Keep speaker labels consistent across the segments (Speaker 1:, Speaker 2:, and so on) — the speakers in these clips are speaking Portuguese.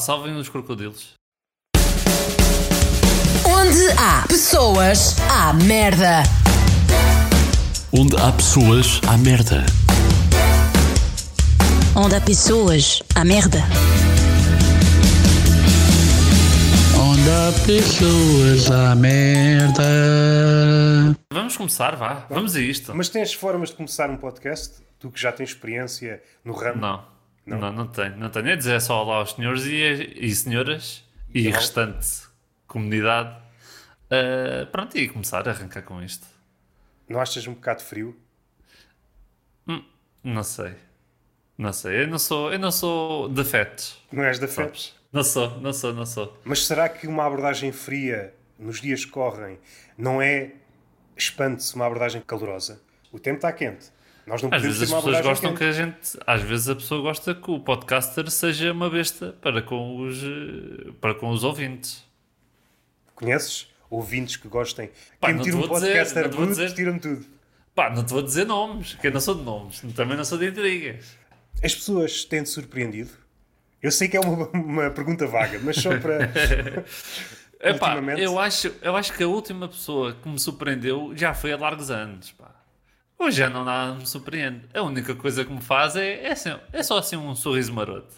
Speaker 1: salvem os crocodilos.
Speaker 2: Onde há pessoas, há merda.
Speaker 3: Onde há pessoas, há merda.
Speaker 4: Onde há pessoas, há merda.
Speaker 5: Onde há pessoas, há merda.
Speaker 1: Vamos começar, vá. Vamos a isto.
Speaker 6: Mas tens formas de começar um podcast? Tu que já tens experiência no ramo?
Speaker 1: Não. Não, não, tenho. Não tenho. É dizer só olá aos senhores e, e senhoras e
Speaker 6: Não.
Speaker 1: restante comunidade. Ah, pronto, e começar a arrancar com isto.
Speaker 6: Não achas um bocado frio?
Speaker 1: Não sei. Não sei. Eu não sou, eu não sou de fetos.
Speaker 6: Não és da fé?
Speaker 1: Não sou, não sou, não sou.
Speaker 6: Mas será que uma abordagem fria nos dias que correm não é, expande-se, uma abordagem calorosa? O tempo está quente. Nós não
Speaker 1: Às
Speaker 6: podemos
Speaker 1: vezes as
Speaker 6: ter uma
Speaker 1: pessoas
Speaker 6: abordagem
Speaker 1: gostam
Speaker 6: quente.
Speaker 1: que a gente. Às vezes a pessoa gosta que o podcaster seja uma besta para com os, eh, para com os ouvintes.
Speaker 6: Conheces? Ouvintes que gostem.
Speaker 1: Pá,
Speaker 6: Quem
Speaker 1: não
Speaker 6: tira
Speaker 1: te
Speaker 6: um
Speaker 1: vou dizer,
Speaker 6: podcaster
Speaker 1: não te vou
Speaker 6: bruto,
Speaker 1: dizer.
Speaker 6: tira-me tudo.
Speaker 1: Pá, não te vou dizer nomes, que eu não sou de nomes, também não sou de intrigas.
Speaker 6: As pessoas têm-te surpreendido? Eu sei que é uma, uma pergunta vaga, mas só para...
Speaker 1: Epá,
Speaker 6: Ultimamente.
Speaker 1: eu acho, eu acho que a última pessoa que me surpreendeu já foi há largos anos. Pá. Hoje já não nada me surpreende. A única coisa que me faz é, é, assim- é só assim um sorriso maroto.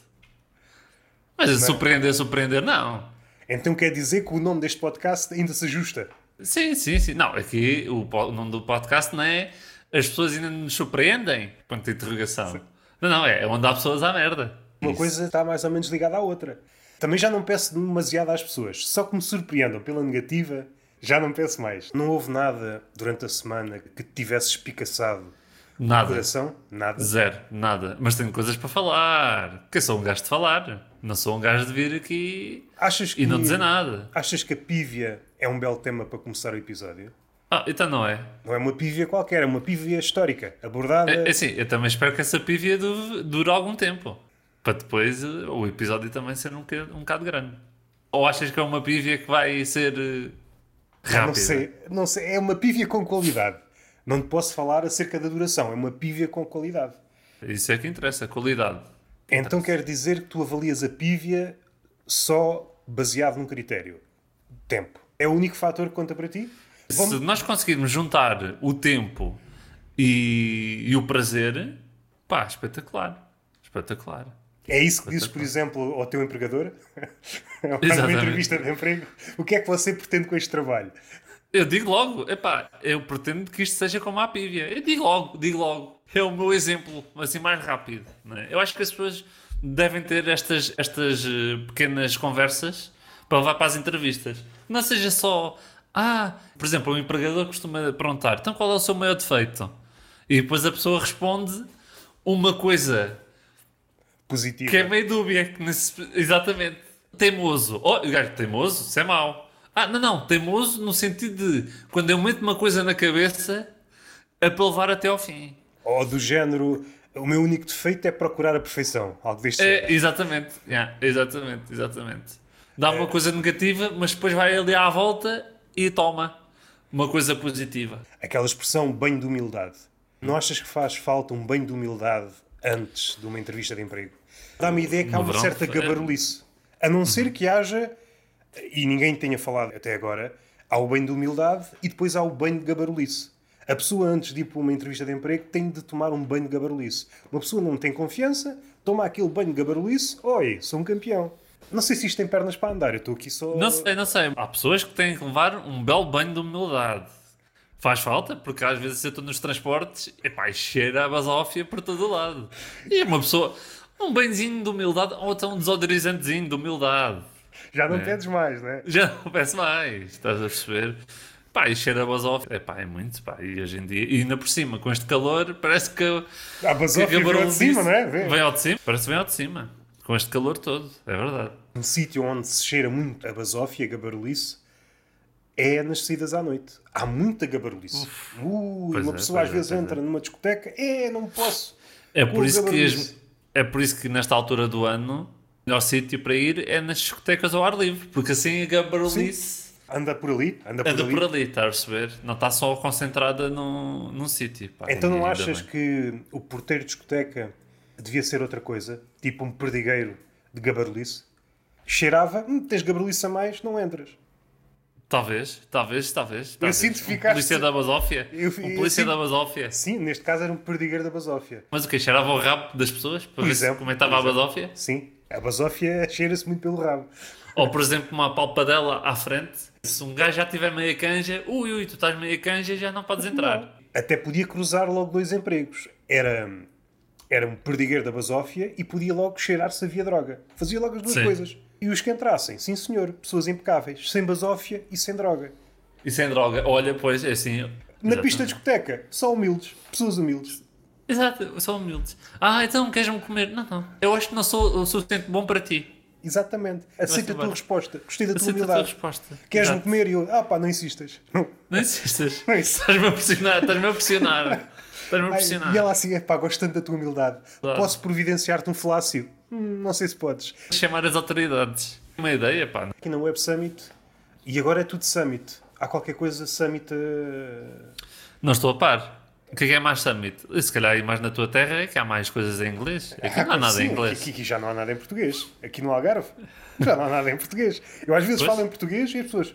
Speaker 1: Mas surpreender, surpreender, não.
Speaker 6: então quer dizer que o nome deste podcast ainda se ajusta.
Speaker 1: Sim, sim, sim. Não, aqui o, po- o nome do podcast não é As pessoas ainda nos surpreendem? Ponto de interrogação. Não, não, é onde há pessoas à merda.
Speaker 6: Uma
Speaker 1: Isso.
Speaker 6: coisa está mais ou menos ligada à outra. Também já não peço demasiado às pessoas. Só que me surpreendam pela negativa, já não peço mais. Não houve nada durante a semana que te tivesse espicaçado o
Speaker 1: Nada.
Speaker 6: coração? Nada.
Speaker 1: Zero, nada. Mas tenho coisas para falar. Que eu sou um gajo de falar. Não sou um gajo de vir aqui
Speaker 6: Achas que,
Speaker 1: e não dizer nada.
Speaker 6: Achas que a pívia é um belo tema para começar o episódio?
Speaker 1: Ah, então não é.
Speaker 6: Não é uma pívia qualquer, é uma pívia histórica, abordada...
Speaker 1: É assim, eu também espero que essa pívia du- dure algum tempo. Para depois eh, o episódio também ser um, que- um bocado grande. Ou achas que é uma pívia que vai ser eh, rápida?
Speaker 6: não sei, não sei, é uma pívia com qualidade. Não te posso falar acerca da duração, é uma pívia com qualidade.
Speaker 1: Isso é que interessa, qualidade.
Speaker 6: Então quer dizer que tu avalias a pívia só baseado num critério: tempo. É o único fator que conta para ti? Vamos-
Speaker 1: Se nós conseguirmos juntar o tempo e, e o prazer, pá, espetacular. Espetacular.
Speaker 6: É isso que dizes, por exemplo, ao teu empregador? Numa
Speaker 1: Exatamente.
Speaker 6: entrevista de emprego? O que é que você pretende com este trabalho?
Speaker 1: Eu digo logo, epá, eu pretendo que isto seja como a pívia. Eu digo logo, digo logo. É o meu exemplo, assim, mais rápido. não é? Eu acho que as pessoas devem ter estas, estas eh, pequenas conversas para levar para as entrevistas. Não seja só, ah, por exemplo, um empregador costuma perguntar, então qual é o seu maior defeito? E depois a pessoa responde uma coisa
Speaker 6: Positivo.
Speaker 1: que é meio dúbia. que não se- Exatamente. Teimoso. Oh, o gajo, teimoso? Isso é mau. Ah, não, não. Teimoso no sentido de quando eu meto uma coisa na cabeça, é para levar até ao fim.
Speaker 6: Ou do género: o meu único defeito é procurar a perfeição. Algo deste género.
Speaker 1: É, exatamente. Yeah, exatamente, exatamente. Dá uma coisa negativa, mas depois vai ali à volta e toma uma coisa positiva.
Speaker 6: Aquela expressão banho de humildade. Não achas que faz falta um banho de humildade antes de uma entrevista de emprego? Dá-me a ideia que há
Speaker 1: No
Speaker 6: uma
Speaker 1: verão,
Speaker 6: certa
Speaker 1: é. Uhum.
Speaker 6: gabarulice. A não ser que haja, e ninguém tenha falado até agora, há o banho de humildade e depois há o banho de gabarulice. A pessoa, antes de ir para uma entrevista de emprego, tem de tomar um banho de gabarulice. Uma pessoa não tem confiança, toma aquele banho de gabarulice, oi, sou um campeão. Não sei se isto tem pernas para andar, eu estou aqui só...
Speaker 1: Não sei, não sei. Há pessoas que têm que levar um belo banho de humildade. Faz falta, porque às vezes eu estou nos transportes epá, e cheira a basófia por todo o lado. E uma pessoa, um banhozinho de humildade ou até um desodorizantezinho de humildade.
Speaker 6: Já não pedes mais, não é?
Speaker 1: Já não peço mais, estás a perceber? Pá, e cheira a basófia. Epá, é muito, pá. E hoje em dia, e ainda por cima, com este calor, parece que.
Speaker 6: A basófia
Speaker 1: que a
Speaker 6: veio ao de
Speaker 1: barulhice
Speaker 6: cima, não é? Vê.
Speaker 1: Vem ao de cima, parece que vem ao de cima. Com este calor todo, é verdade.
Speaker 6: um sítio onde se cheira muito a basófia, a gabarulice, é nas saídas à noite. Há muita gabarulice. Ui,
Speaker 1: Pois
Speaker 6: uma
Speaker 1: é,
Speaker 6: pessoa
Speaker 1: pois
Speaker 6: às
Speaker 1: é,
Speaker 6: vezes
Speaker 1: pois é.
Speaker 6: entra numa discoteca, é, não posso.
Speaker 1: É
Speaker 6: Com
Speaker 1: por,
Speaker 6: o
Speaker 1: isso que as-
Speaker 6: gabarulice.
Speaker 1: é por isso que nesta altura do ano o melhor sítio para ir é nas discotecas ao ar livre, porque assim a gabarulice
Speaker 6: Anda por ali, anda por
Speaker 1: anda
Speaker 6: ali.
Speaker 1: por ali, está a perceber? Não está só concentrada num, num sítio. pá.
Speaker 6: Então não
Speaker 1: Ainda
Speaker 6: achas
Speaker 1: bem.
Speaker 6: que o porteiro de discoteca devia ser outra coisa? Tipo um perdigueiro de gabarulice? cheirava, hum, tens gabarulice a mais, não entras.
Speaker 1: Talvez, talvez, talvez. talvez.
Speaker 6: sinto que
Speaker 1: um polícia
Speaker 6: ficaste-
Speaker 1: da Basófia.
Speaker 6: Eu-
Speaker 1: um
Speaker 6: eu
Speaker 1: polícia
Speaker 6: sinto-
Speaker 1: da Basófia.
Speaker 6: Sim, neste caso era um perdigueiro da basófia.
Speaker 1: Mas o que? Cheirava o rabo das pessoas para
Speaker 6: Por
Speaker 1: ver se
Speaker 6: exemplo,
Speaker 1: comentava
Speaker 6: por
Speaker 1: a
Speaker 6: exemplo.
Speaker 1: Basófia?
Speaker 6: Sim, a basófia cheira-se muito pelo rabo.
Speaker 1: Ou, por exemplo, uma palpadela à frente. Se um gajo já tiver meia canja, ui, ui, tu estás meia canja, já não podes entrar.
Speaker 6: Até podia cruzar logo dois empregos. Era, era um perdigueiro da basófia e podia logo cheirar se havia droga. Fazia logo as duas
Speaker 1: Sim.
Speaker 6: coisas. E os que entrassem, sim senhor, pessoas impecáveis, sem basófia e sem droga.
Speaker 1: E sem droga. Olha, pois, é assim...
Speaker 6: Na pista de discoteca, só humildes, pessoas humildes.
Speaker 1: Exato, são humildes. Ah, então queres-me comer? Não, não. Eu acho que não sou o suficiente bom para ti.
Speaker 6: Aceita Aceita a tua
Speaker 1: embora.
Speaker 6: resposta. Gostei da tua
Speaker 1: Aceito a tua
Speaker 6: humildade.
Speaker 1: resposta.
Speaker 6: Queres-me
Speaker 1: Exato.
Speaker 6: comer? E eu, ah pá, não insistas.
Speaker 1: Não insistas.
Speaker 6: Não insistas.
Speaker 1: Estás-me a pressionar, estás-me a pressionar. Estás-me a
Speaker 6: Ai,
Speaker 1: pressionar.
Speaker 6: e ela assim, é pá, gosto tanto da tua humildade.
Speaker 1: Claro.
Speaker 6: Posso providenciar-te um falácio? Hum, não sei se podes.
Speaker 1: Chamar as autoridades. Uma ideia, pá.
Speaker 6: Aqui na Web é Summit, e agora é tudo Summit. Há qualquer coisa Summit. eh,
Speaker 1: Não estou a par. O que é, que é mais summit? E Se calhar aí mais na tua terra é que há mais coisas em inglês. Aqui não há nada
Speaker 6: Ah, sim,
Speaker 1: em inglês.
Speaker 6: Aqui, aqui já não há nada em português. Aqui no Algarve já não há nada em português. Eu às vezes
Speaker 1: Pois.
Speaker 6: falo em português e as pessoas.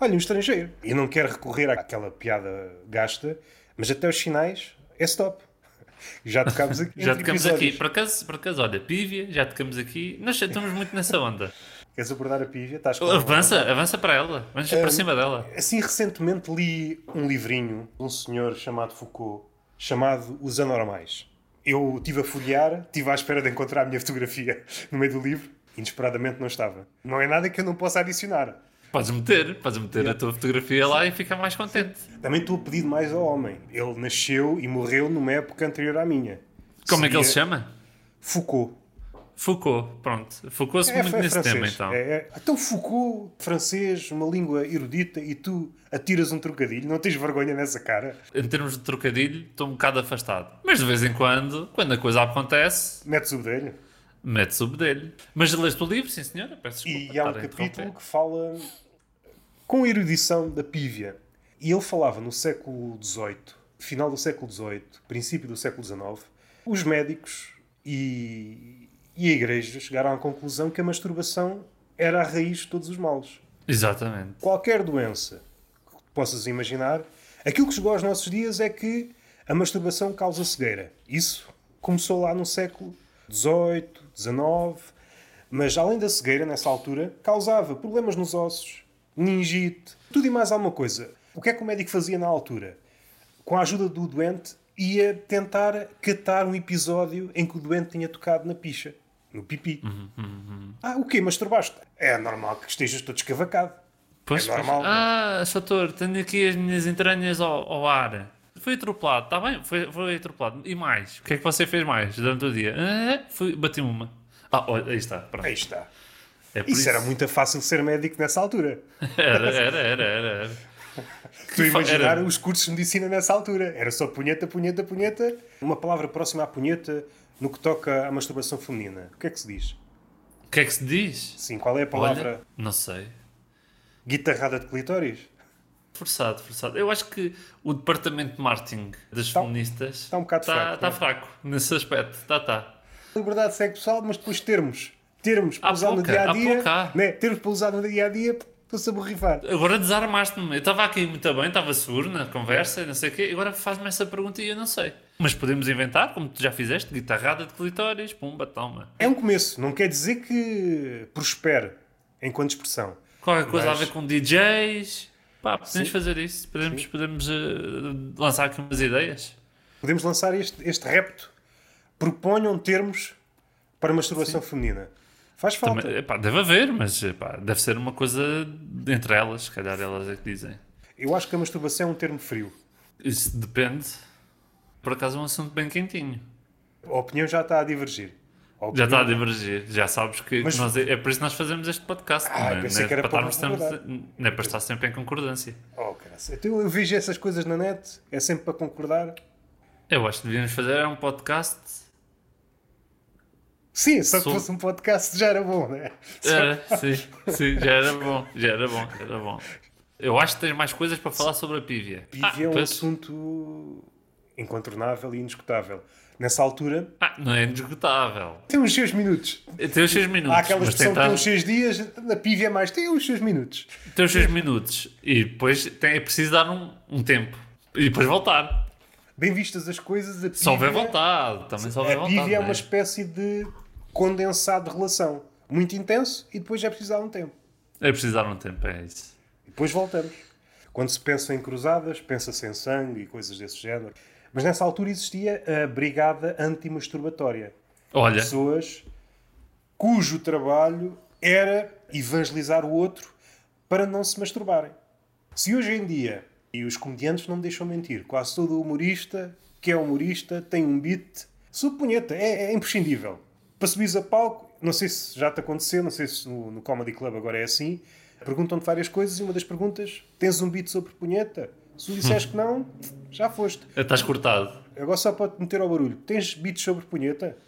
Speaker 6: Olha, um estrangeiro. E não quero recorrer àquela piada gasta, mas até os sinais é stop. Já tocámos aqui.
Speaker 1: Já
Speaker 6: entre
Speaker 1: tocamos
Speaker 6: episódios.
Speaker 1: aqui. Por acaso, por acaso, olha, Pívia, já tocamos aqui. Nós estamos muito nessa onda.
Speaker 6: Queres abordar a pívia? Estás com
Speaker 1: Avança, avança para ela. Vamos para cima dela.
Speaker 6: Assim, recentemente li um livrinho de um senhor chamado Foucault, chamado Os Anormais. Eu estive a folhear, estive à espera de encontrar a minha fotografia no meio do livro, inesperadamente não estava. Não é nada que eu não possa adicionar.
Speaker 1: Podes meter, podes meter a tua fotografia lá e fica mais contente.
Speaker 6: Também estou a pedir mais ao homem. Ele nasceu e morreu numa época anterior à minha.
Speaker 1: Como é que ele se
Speaker 6: Seria
Speaker 1: chama?
Speaker 6: Foucault.
Speaker 1: Foucault, pronto. Foucault-se
Speaker 6: É,
Speaker 1: muito
Speaker 6: é
Speaker 1: nesse
Speaker 6: francês.
Speaker 1: tema, então.
Speaker 6: É, é. Então Foucault, francês, uma língua erudita, e tu atiras um trocadilho, não tens vergonha nessa cara?
Speaker 1: Em termos de trocadilho, estou um bocado afastado. Mas de vez em quando, quando a coisa acontece,
Speaker 6: Metes o bedelho?
Speaker 1: mete-se o bedelho. Mas leste o livro, sim senhora? Peço desculpa.
Speaker 6: E há um
Speaker 1: estar a
Speaker 6: capítulo
Speaker 1: interromper.
Speaker 6: que fala com erudição da pívia. E ele falava no século XVIII, final do século XVIII, princípio do século XIX, os médicos e, e a igreja chegaram à conclusão que a masturbação era a raiz de todos os males.
Speaker 1: Exatamente.
Speaker 6: Qualquer doença que possas imaginar, aquilo que chegou aos nossos dias é que a masturbação causa cegueira. Isso começou lá no século XVIII, XIX, mas além da cegueira, nessa altura, causava problemas nos ossos, meningite, tudo e mais alguma coisa. O que é que o médico fazia na altura? Com a ajuda do doente, ia tentar catar um episódio em que o doente tinha tocado na picha, no pipi. Ah, o quê? Masturbaste? É normal que estejas todo escavacado.
Speaker 1: Pois, pois.
Speaker 6: É normal, não
Speaker 1: Ah, Sator, tenho aqui as minhas entranhas ao, ao ar. Foi atropelado, está bem? Foi, foi atropelado. E mais? O que é que você fez mais durante o dia? Ah, fui, bati uma. Ah, olha, aí está. Pronto.
Speaker 6: Aí está.
Speaker 1: É por
Speaker 6: Isso, era muito fácil ser médico nessa altura.
Speaker 1: Era, era, era, era. era.
Speaker 6: Tu imaginar
Speaker 1: era-
Speaker 6: os cursos de medicina nessa altura. Era só punheta, punheta, punheta. Uma palavra próxima à punheta no que toca à masturbação feminina. O que é que se diz?
Speaker 1: O que é que se diz?
Speaker 6: Sim, qual é a palavra?
Speaker 1: Olha, não sei.
Speaker 6: Guitarrada de clitóris?
Speaker 1: Forçado, forçado. Eu acho que o departamento de marketing das feministas
Speaker 6: está um bocado fraco,
Speaker 1: Está
Speaker 6: não é?
Speaker 1: fraco nesse aspecto. Tá, Está, está.
Speaker 6: Liberdade sexual, mas depois termos. Termos para
Speaker 1: Há
Speaker 6: usar no
Speaker 1: pouca,
Speaker 6: dia a
Speaker 1: há
Speaker 6: dia.
Speaker 1: pouca.
Speaker 6: Né? Termos para usar no dia a dia para-se aborrifar.
Speaker 1: Agora desarmaste-me. Eu estava aqui muito bem, estava seguro na conversa, e não sei o quê. Agora faz-me essa pergunta e eu não sei. Mas podemos inventar, como tu já fizeste, guitarrada de clitóris, pumba, toma.
Speaker 6: É um começo, não quer dizer que prospere enquanto expressão.
Speaker 1: Qualquer coisa
Speaker 6: Mas-
Speaker 1: a ver com DJs. Pá, podemos fazer isso. Podemos, podemos eh, lançar aqui umas ideias.
Speaker 6: Podemos lançar este, este repto. Proponham termos para masturbação feminina. Faz falta.
Speaker 1: Também, epá, deve haver, mas epá, deve ser uma coisa entre elas, se calhar elas é que dizem.
Speaker 6: Eu acho que a masturbação é um termo frio.
Speaker 1: Isso depende. Por acaso é um assunto bem quentinho.
Speaker 6: A opinião já está a divergir.
Speaker 1: Já
Speaker 6: opinião-
Speaker 1: está a divergir. Já sabes que
Speaker 6: Mas-
Speaker 1: nós- é por isso que nós fazemos este podcast.
Speaker 6: Ah,
Speaker 1: não, é?
Speaker 6: pensei
Speaker 1: Não é
Speaker 6: que era para
Speaker 1: estarmos
Speaker 6: concordar.
Speaker 1: sempre- não é para estar sempre em concordância.
Speaker 6: Oh, caraca. Então eu vejo essas coisas na net, é sempre para concordar.
Speaker 1: Eu acho que devíamos fazer era um podcast.
Speaker 6: Sim, só que
Speaker 1: Sou-
Speaker 6: fosse um podcast já era bom, não é?
Speaker 1: Era, Ah, sim, sim, já era bom. Já era bom, já era bom. Eu acho que tens mais coisas para falar sobre a pívia.
Speaker 6: Pívia é
Speaker 1: Ah,
Speaker 6: um
Speaker 1: pois,
Speaker 6: assunto incontornável e indiscutável. nessa altura,
Speaker 1: Ah, não é indesgotável.
Speaker 6: tem os seus minutos.
Speaker 1: Tem os seus minutos.
Speaker 6: Há aquelas
Speaker 1: mas
Speaker 6: que são
Speaker 1: tentar-
Speaker 6: tem um os seus dias, na pívia é mais, tem os seus minutos.
Speaker 1: Tem os seus minutos. E depois tem, é preciso dar um, um tempo. E depois voltar.
Speaker 6: Bem vistas as coisas, a pívia,
Speaker 1: Só houver
Speaker 6: é
Speaker 1: vontade. Também só houver
Speaker 6: a
Speaker 1: vontade.
Speaker 6: pívia é
Speaker 1: não
Speaker 6: uma espécie de condensado de relação. Muito intenso e depois é preciso dar um tempo.
Speaker 1: É preciso dar um tempo, é isso.
Speaker 6: E depois voltamos. Quando se pensa em cruzadas, pensa-se em sangue e coisas desse género. Mas nessa altura existia a Brigada Antimasturbatória.
Speaker 1: Olha,
Speaker 6: pessoas cujo trabalho era evangelizar o outro para não se masturbarem. Se hoje em dia, e os comediantes não me deixam mentir, quase todo humorista que é humorista tem um beat, suponheta, é, é imprescindível. Para subires a palco, não sei se já te aconteceu, não sei se no, no Comedy Club agora é assim, perguntam-te várias coisas e uma das perguntas, tens um beat sobre punheta? Se disseres que não, já foste.
Speaker 1: estás cortado.
Speaker 6: Agora só para te meter ao barulho, tens beats sobre punheta?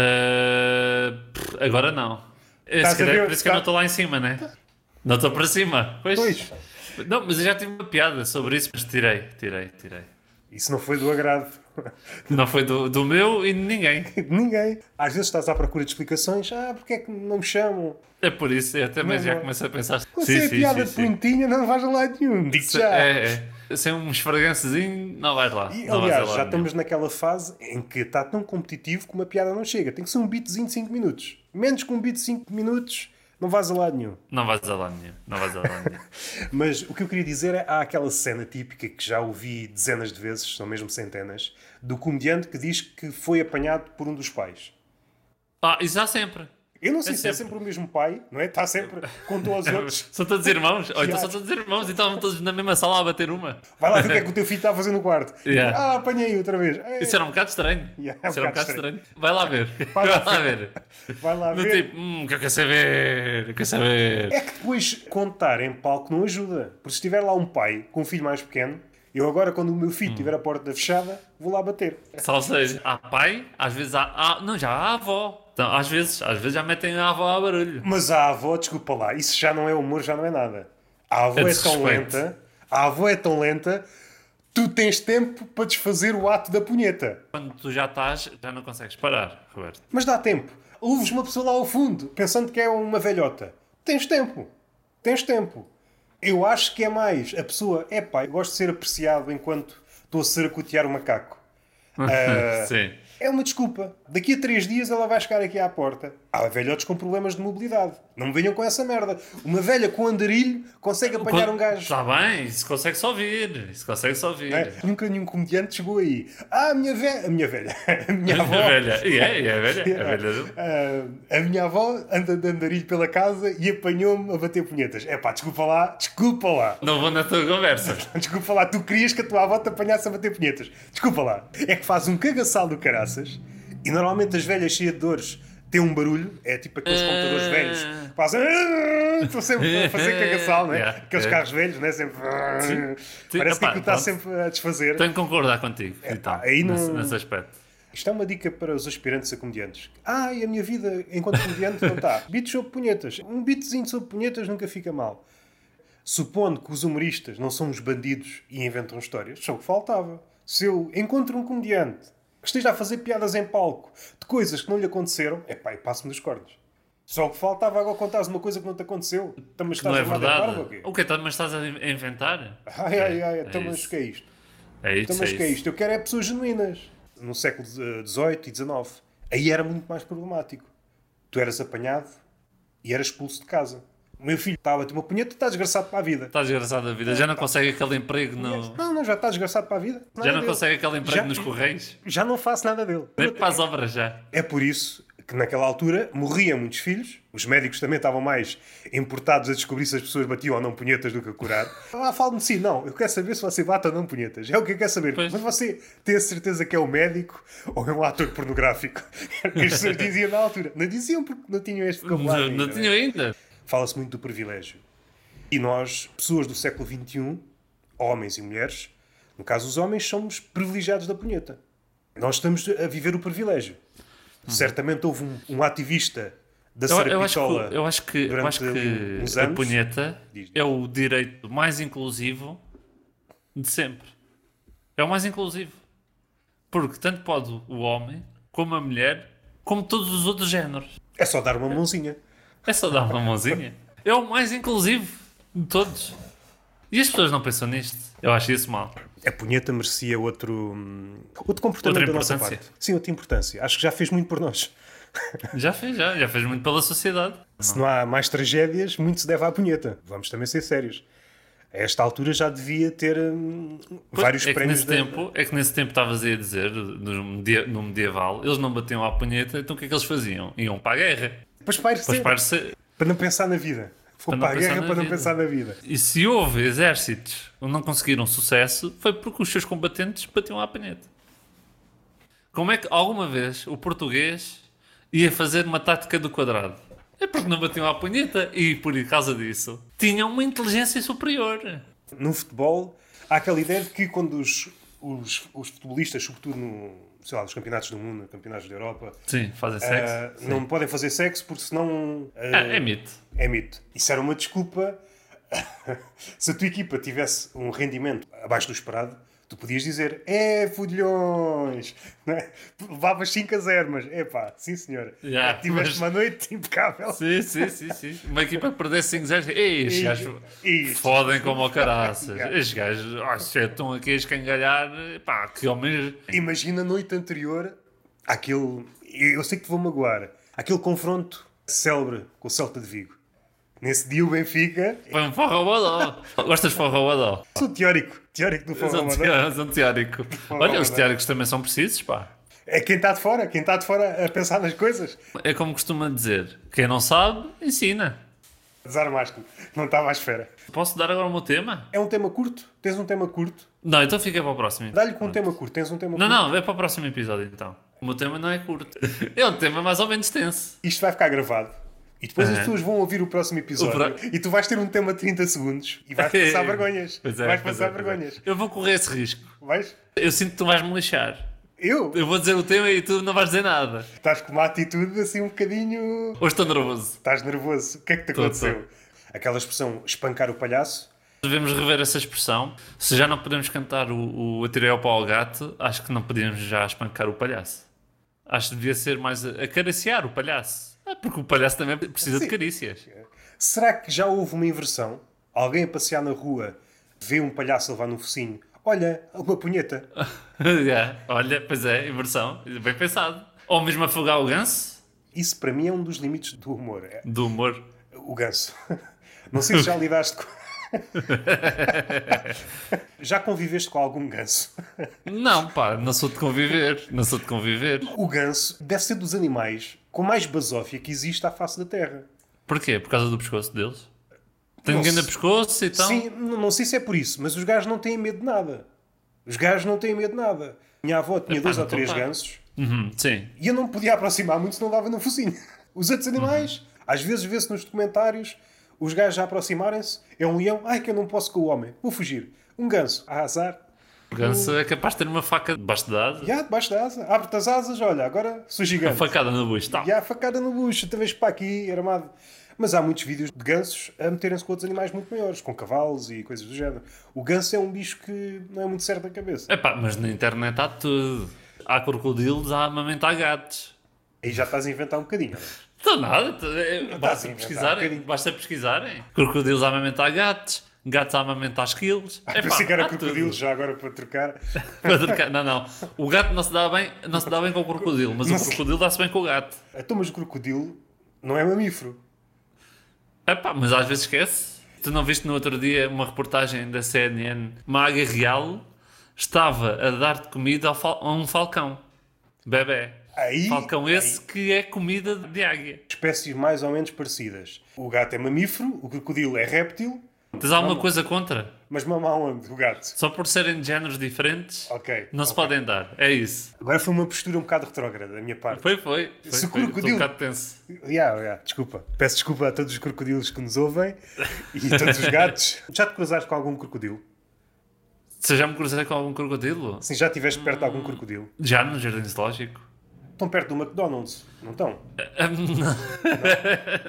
Speaker 1: Uh, pff, agora não. É,
Speaker 6: Estás
Speaker 1: se
Speaker 6: a
Speaker 1: calhar,
Speaker 6: ver?
Speaker 1: por isso que eu
Speaker 6: Tá-
Speaker 1: não estou lá em cima, né? Não estou para cima. Pois.
Speaker 6: Pois.
Speaker 1: Não, mas eu já tive uma piada sobre isso, mas tirei, tirei, tirei.
Speaker 6: Isso não foi do agrado
Speaker 1: Não foi do, do meu e de ninguém.
Speaker 6: de ninguém. Às vezes estás à procura de explicações. Ah, porque é que não me chamam?
Speaker 1: É por isso, eu até mesmo
Speaker 6: Não,
Speaker 1: já
Speaker 6: não.
Speaker 1: comecei a pensar.
Speaker 6: Você é piada de punhetinha, não vais a lado nenhum. Digo
Speaker 1: Se-
Speaker 6: já.
Speaker 1: É, é. Sem um esfregancezinho, não vais lá.
Speaker 6: E,
Speaker 1: não vais
Speaker 6: aliás,
Speaker 1: lá
Speaker 6: já
Speaker 1: nenhum.
Speaker 6: estamos naquela fase em que está tão competitivo que uma piada não chega. Tem que ser um beatzinho de 5 minutos. Menos que um beat de 5 minutos, não vais a lado nenhum.
Speaker 1: Não vais a lá nenhum. Não vais a lá nenhum.
Speaker 6: Mas o que eu queria dizer é, há aquela cena típica que já ouvi dezenas de vezes, são mesmo centenas, do comediante que diz que foi apanhado por um dos pais.
Speaker 1: ah, isso há sempre.
Speaker 6: Eu não sei
Speaker 1: É
Speaker 6: se é
Speaker 1: sempre. É
Speaker 6: sempre o mesmo pai, não é? Está sempre com todos os outros.
Speaker 1: São todos irmãos? Ou então são todos irmãos e estavam todos na mesma sala a bater uma.
Speaker 6: Vai lá ver o que é que o teu filho está a fazer no quarto.
Speaker 1: Yeah.
Speaker 6: Ah, apanhei outra vez. Ei,
Speaker 1: Isso era um bocado estranho.
Speaker 6: Yeah, é um
Speaker 1: Isso era um
Speaker 6: bocado
Speaker 1: bocado estranho. Vai lá ver.
Speaker 6: Vai
Speaker 1: Vai
Speaker 6: lá
Speaker 1: lá, ver.
Speaker 6: Vai lá
Speaker 1: Do
Speaker 6: ver.
Speaker 1: tipo, hum, que eu quero saber, eu quero saber.
Speaker 6: É que depois contar em palco não ajuda. Porque se estiver lá um pai com um filho mais pequeno, eu agora, quando o meu
Speaker 1: Hum.
Speaker 6: filho tiver a porta fechada, vou lá bater.
Speaker 1: Só seja, há pai, às vezes há. há- não, já há avó. Então, às vezes, às vezes já metem a avó a barulho.
Speaker 6: Mas a avó, desculpa lá, isso já não é humor, já não é nada. A avó
Speaker 1: É
Speaker 6: é, tão
Speaker 1: desrespeito.
Speaker 6: lenta, a avó é tão lenta, tu tens tempo para desfazer o ato da punheta.
Speaker 1: Quando tu já estás, já não consegues parar, Roberto.
Speaker 6: Mas dá tempo. Ouves uma pessoa lá ao fundo, pensando que é uma velhota. Tens tempo. Tens tempo. Eu acho que é mais. A pessoa, é pá, eu gosto de ser apreciado enquanto estou a saracotear o macaco.
Speaker 1: Sim.
Speaker 6: É uma desculpa. Daqui a três dias ela vai chegar aqui à porta. Há velhotes com problemas de mobilidade. Não me venham com essa merda. Uma velha com andarilho consegue apanhar um gajo.
Speaker 1: Está Tá bem, isso consegue-se ouvir. Isso consegue-se ouvir.
Speaker 6: É, Nunca nenhum comediante chegou aí. Ah, a minha velha. A minha velha. A minha
Speaker 1: A
Speaker 6: avó.
Speaker 1: velha. E é, e é a velha. A velha do-
Speaker 6: Ah, a minha avó anda de andarilho pela casa e apanhou-me a bater punhetas. É pá, desculpa lá, desculpa lá.
Speaker 1: Não vou na tua conversa.
Speaker 6: Desculpa lá, tu querias que a tua avó te apanhasse a bater punhetas. Desculpa lá. É que faz um cagaçal do caraças e normalmente as velhas cheias de dores têm um barulho. É tipo aqueles computadores velhos que fazem. "Ah", Estão sempre a fazer cagaçal, não é?
Speaker 1: Yeah.
Speaker 6: Aqueles
Speaker 1: É.
Speaker 6: carros velhos, não é? Sempre.
Speaker 1: Sim. Sim,
Speaker 6: Parece que
Speaker 1: epá,
Speaker 6: aquilo está
Speaker 1: pronto.
Speaker 6: sempre a desfazer.
Speaker 1: Tenho que concordar contigo. então,
Speaker 6: É, aí não-
Speaker 1: nesse- nesse aspecto.
Speaker 6: Isto é uma dica para os aspirantes a comediantes. Ai, a minha vida enquanto comediante não está. Beats sobre punhetas. Um beatzinho sobre punhetas nunca fica mal. Supondo que os humoristas não somos bandidos e inventam histórias, só o que faltava. Se eu encontro um comediante que esteja a fazer piadas em palco de coisas que não lhe aconteceram, é pá, passo-me dos cornos. Só o que faltava agora contares uma coisa que não te aconteceu. Então, mas
Speaker 1: Que não
Speaker 6: estás
Speaker 1: é
Speaker 6: armado em barba ou
Speaker 1: verdade.
Speaker 6: quê?
Speaker 1: O que então, mas estás a in- a inventar?
Speaker 6: Ai, ai, ai, então,
Speaker 1: é
Speaker 6: mas
Speaker 1: isso.
Speaker 6: o que é isto?
Speaker 1: É isso,
Speaker 6: Então, mas
Speaker 1: é
Speaker 6: o que é
Speaker 1: isso.
Speaker 6: isto? Eu quero é pessoas genuínas. No século XVIII e XIX. Aí era muito mais problemático. Tu eras apanhado e eras expulso de casa. O meu filho estava a bater uma punheta, está desgraçado para a vida.
Speaker 1: Está desgraçado da vida. Já não consegue aquele emprego no...
Speaker 6: Não, não, já está desgraçado para a vida. Nada
Speaker 1: Então- Já não
Speaker 6: dele.
Speaker 1: consegue aquele emprego
Speaker 6: Já-
Speaker 1: nos correios.
Speaker 6: Já não faço nada dele.
Speaker 1: Nem para as obras já.
Speaker 6: É por isso que naquela altura morriam muitos filhos. Os médicos também estavam mais importados a descobrir se as pessoas batiam ou não punhetas do que a curar. Ah, fale-me de si. Não, eu quero saber se você bate ou não punhetas. É o que eu quero saber.
Speaker 1: Pois.
Speaker 6: Mas você tem a certeza que é o médico ou é um ator pornográfico? As pessoas diziam na altura. Não diziam porque não tinham este
Speaker 1: Não,
Speaker 6: vocabulário. ainda,
Speaker 1: não
Speaker 6: né?
Speaker 1: tinha ainda.
Speaker 6: Fala-se muito do privilégio. E nós, pessoas do século XXI, homens e mulheres, no caso os homens, somos privilegiados da punheta. Nós estamos a viver o privilégio. Certamente houve um, um ativista da
Speaker 1: Eu, eu acho
Speaker 6: Sarapitola.
Speaker 1: que, eu acho que, eu
Speaker 6: durante
Speaker 1: acho
Speaker 6: ali uns
Speaker 1: que a
Speaker 6: anos.
Speaker 1: punheta
Speaker 6: Diz.
Speaker 1: é o direito mais inclusivo de sempre. É o mais inclusivo. Porque tanto pode o homem, como a mulher, como todos os outros géneros.
Speaker 6: É só dar uma mãozinha.
Speaker 1: É só dar uma mãozinha. É o mais inclusivo de todos. E as pessoas não pensam nisto. Eu acho isso mal.
Speaker 6: A punheta merecia outro, hum, outro comportamento
Speaker 1: Outra
Speaker 6: da nossa
Speaker 1: importância.
Speaker 6: parte. Sim, outra importância. Acho que já fez muito por nós.
Speaker 1: Já fez, já. Já fez muito pela sociedade.
Speaker 6: Se não há mais tragédias, muito se deve à punheta. Vamos também ser sérios. A esta altura já devia ter hum, vários
Speaker 1: é que
Speaker 6: prémios.
Speaker 1: nesse
Speaker 6: da-
Speaker 1: tempo É que nesse tempo estavas aí a dizer, no, media- no medieval, eles não batiam à punheta, então o que é que eles faziam? Iam para a guerra.
Speaker 6: Pois para,
Speaker 1: Pois
Speaker 6: ser,
Speaker 1: parece-
Speaker 6: para não pensar na vida.
Speaker 1: Para
Speaker 6: Vou
Speaker 1: não
Speaker 6: para a
Speaker 1: pensar
Speaker 6: guerra
Speaker 1: na
Speaker 6: para não
Speaker 1: vida.
Speaker 6: pensar na vida.
Speaker 1: E se houve exércitos onde não conseguiram sucesso, foi porque os seus combatentes batiam à punheta. Como é que alguma vez o português ia fazer uma tática do quadrado? É porque não batiam à punheta e por causa disso tinham uma inteligência superior.
Speaker 6: no futebol há aquela ideia de que quando os, os, os futebolistas, sobretudo no, sei lá, nos campeonatos do mundo, campeonatos da Europa,
Speaker 1: Sim, fazem
Speaker 6: ah,
Speaker 1: sexo.
Speaker 6: não podem fazer sexo porque senão ah,
Speaker 1: Ah, é mito.
Speaker 6: é mito. Isso era uma desculpa. Se a tua equipa tivesse um rendimento abaixo do esperado, tu podias dizer é fudilhões, não é? levavas 5 a 0, mas é pá, sim senhora,
Speaker 1: Já, mas-
Speaker 6: tiveste uma noite impecável.
Speaker 1: Sim, sim, sim, sim. Uma equipa que perdesse 5 0 Ei, estes
Speaker 6: Ei,
Speaker 1: gajos
Speaker 6: ei.
Speaker 1: fodem como o caraças.
Speaker 6: Yeah.
Speaker 1: Estes gajos ah, se estão aqui a escangalhar. Pá, que homens.
Speaker 6: Imagina a noite anterior àquele. Eu sei que te vou magoar. Aquele confronto célebre com o Celta de Vigo. Nesse dia o Benfica.
Speaker 1: Foi um forró badó. Gostas de forró badó?
Speaker 6: Sou teórico. Teórico do
Speaker 1: És um
Speaker 6: Fórmula é?
Speaker 1: teó- és um teórico.
Speaker 6: Forró
Speaker 1: Olha, os
Speaker 6: badó.
Speaker 1: teóricos também são precisos, pá.
Speaker 6: É quem está de fora. Quem está de fora a pensar nas coisas.
Speaker 1: É como costuma dizer: quem não sabe, ensina.
Speaker 6: Desarmaste-me. Não estava à espera.
Speaker 1: Posso dar agora o meu tema?
Speaker 6: É um tema curto. Tens um tema curto.
Speaker 1: Não, então fica para o próximo.
Speaker 6: Dá-lhe com um tema curto. Tens um tema
Speaker 1: Não,
Speaker 6: curto.
Speaker 1: não, é para o próximo episódio então. O meu tema não é curto. É um tema mais ou menos extenso.
Speaker 6: Isto vai ficar gravado. E depois as
Speaker 1: Aham.
Speaker 6: pessoas vão ouvir o próximo episódio.
Speaker 1: O pro-
Speaker 6: E tu vais ter um tema de 30 segundos. E vais passar vergonhas.
Speaker 1: Pois é,
Speaker 6: vais
Speaker 1: pois
Speaker 6: passar
Speaker 1: é, pois é.
Speaker 6: vergonhas.
Speaker 1: Eu vou correr esse risco.
Speaker 6: Vais?
Speaker 1: Eu sinto que tu vais me lixar.
Speaker 6: Eu?
Speaker 1: Eu vou dizer o tema e tu não vais dizer nada.
Speaker 6: Estás com uma atitude assim um bocadinho.
Speaker 1: Hoje estou nervoso.
Speaker 6: Estás nervoso. O que é que te
Speaker 1: Tô,
Speaker 6: aconteceu? Aquela expressão espancar o palhaço.
Speaker 1: Devemos rever essa expressão. Se já não podemos cantar o, o Atirei ao pau ao gato, acho que não podíamos já espancar o palhaço. Acho que devia ser mais a- acariciar o palhaço. Ah, porque o palhaço também precisa de
Speaker 6: Sim.
Speaker 1: carícias.
Speaker 6: Será que já houve uma inversão? Alguém a passear na rua vê um palhaço a levar no focinho. Olha, uma punheta.
Speaker 1: Yeah. Olha, pois é, inversão. Bem pensado. Ou mesmo afogar o ganso
Speaker 6: Isso para mim é um dos limites do humor. É
Speaker 1: do humor.
Speaker 6: o ganso. Não sei se já lidaste com. já conviveste com algum ganso?
Speaker 1: Não, pá, não sou de conviver. Não sou de conviver.
Speaker 6: O ganso deve ser dos animais com mais basófia que existe à face da Terra.
Speaker 1: Porquê? Por causa do pescoço deles? Tem
Speaker 6: Não
Speaker 1: ninguém no
Speaker 6: se-
Speaker 1: pescoço e tal?
Speaker 6: Sim, n- não sei se é por isso, mas os gajos não têm medo de nada. Os gajos não têm medo de nada. Minha avó tinha
Speaker 1: Epá,
Speaker 6: dois
Speaker 1: não
Speaker 6: ou três
Speaker 1: tô pá.
Speaker 6: gansos
Speaker 1: Uhum, sim.
Speaker 6: e eu não me podia aproximar muito se não dava no focinho. Os outros animais,
Speaker 1: Uhum.
Speaker 6: às vezes vê-se nos documentários, os gajos a aproximarem-se, é um leão, ai que eu não posso com o homem, vou fugir. Um ganso, a azar,
Speaker 1: O ganso é capaz de ter uma faca debaixo de asa,
Speaker 6: já debaixo da asa, abre-te as asas, olha, agora sou
Speaker 1: uma
Speaker 6: gigante.
Speaker 1: facada no bucho. Tá.
Speaker 6: E há a facada no bucho, outra vez para aqui, armado. Mas há muitos vídeos de gansos a meterem-se com outros animais muito maiores, com cavalos e coisas do género. O ganso é um bicho que não é muito certo da cabeça.
Speaker 1: Epá, mas na internet há tudo. Há crocodilos, há amamentar gatos.
Speaker 6: Aí já estás a inventar um bocadinho. não é?
Speaker 1: Está nada. tá- é,
Speaker 6: estás a
Speaker 1: basta,
Speaker 6: inventar um
Speaker 1: pesquisarem,
Speaker 6: bocadinho.
Speaker 1: basta pesquisarem. Crocodilos a amamentar gatos, gatos a amamentar esquilos.
Speaker 6: Eu Ah, pensei que
Speaker 1: há
Speaker 6: era
Speaker 1: tudo.
Speaker 6: crocodilo já agora para trocar. Ah,
Speaker 1: Para trocar- Não, não. O gato não se dá bem, não se dá bem com o crocodilo, mas
Speaker 6: Não
Speaker 1: o
Speaker 6: se-
Speaker 1: crocodilo dá-se bem com o gato.
Speaker 6: Então, mas o crocodilo não é mamífero.
Speaker 1: Epá, mas às vezes esquece. Tu não viste no outro dia uma reportagem da CNN? Uma águia real estava a dar de comida ao fal- a um falcão. Bebé.
Speaker 6: Aí-
Speaker 1: falcão esse que é comida de águia.
Speaker 6: Espécies mais ou menos parecidas. O gato é mamífero, o crocodilo é réptil,
Speaker 1: Tens alguma coisa contra?
Speaker 6: mas mama onde o gato?
Speaker 1: Só por serem de géneros diferentes,
Speaker 6: Ok,
Speaker 1: não se
Speaker 6: ok.
Speaker 1: podem dar. É isso.
Speaker 6: Agora foi uma postura um bocado retrógrada da minha parte.
Speaker 1: Foi, foi. foi,
Speaker 6: Se
Speaker 1: foi.
Speaker 6: o
Speaker 1: Estou
Speaker 6: crocodilo-
Speaker 1: Um bocado tenso.
Speaker 6: Ya, ya, desculpa. Peço desculpa a todos os crocodilos que nos ouvem e a todos os gatos. Já te cruzaste com algum crocodilo?
Speaker 1: Se já me cruzei com algum crocodilo?
Speaker 6: Sim, já estiveste perto de
Speaker 1: Hum.
Speaker 6: algum crocodilo?
Speaker 1: Já no Jardim Zoológico?
Speaker 6: Estão perto do McDonald's, não estão?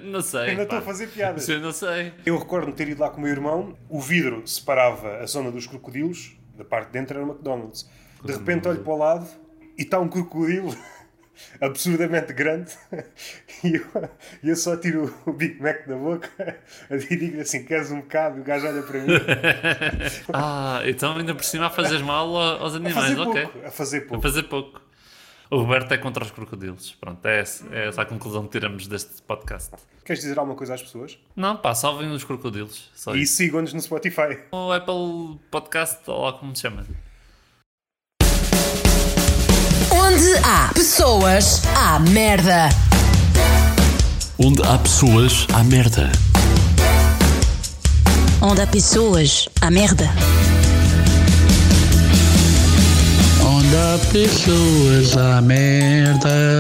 Speaker 1: não. sei.
Speaker 6: Ainda estou
Speaker 1: pá.
Speaker 6: a fazer piadas.
Speaker 1: Eu não sei.
Speaker 6: Eu recordo-me ter ido lá com o meu irmão, o vidro separava a zona dos crocodilos, da parte de dentro era o McDonald's. De repente olho para o lado, e está um crocodilo absurdamente grande e eu, e eu só tiro o Big Mac da boca e digo assim, queres um bocado? E o gajo olha para mim
Speaker 1: Ah, então ainda por cima a fazer mal ao- aos
Speaker 6: a fazer
Speaker 1: animais, ok.
Speaker 6: pouco, a fazer
Speaker 1: A
Speaker 6: pouco.
Speaker 1: fazer pouco. O Roberto é contra os crocodilos. Pronto, é essa, é essa a conclusão que tiramos deste podcast.
Speaker 6: Queres dizer alguma coisa às pessoas?
Speaker 1: Não, pá, salvem os crocodilos. Só
Speaker 6: E
Speaker 1: isso.
Speaker 6: sigam-nos no Spotify.
Speaker 1: O Apple Podcast, ou lá como se chama.
Speaker 2: Onde há pessoas, há merda.
Speaker 3: Onde há pessoas, há merda.
Speaker 4: Onde há pessoas, há merda.
Speaker 5: Onde há pessoas, há merda.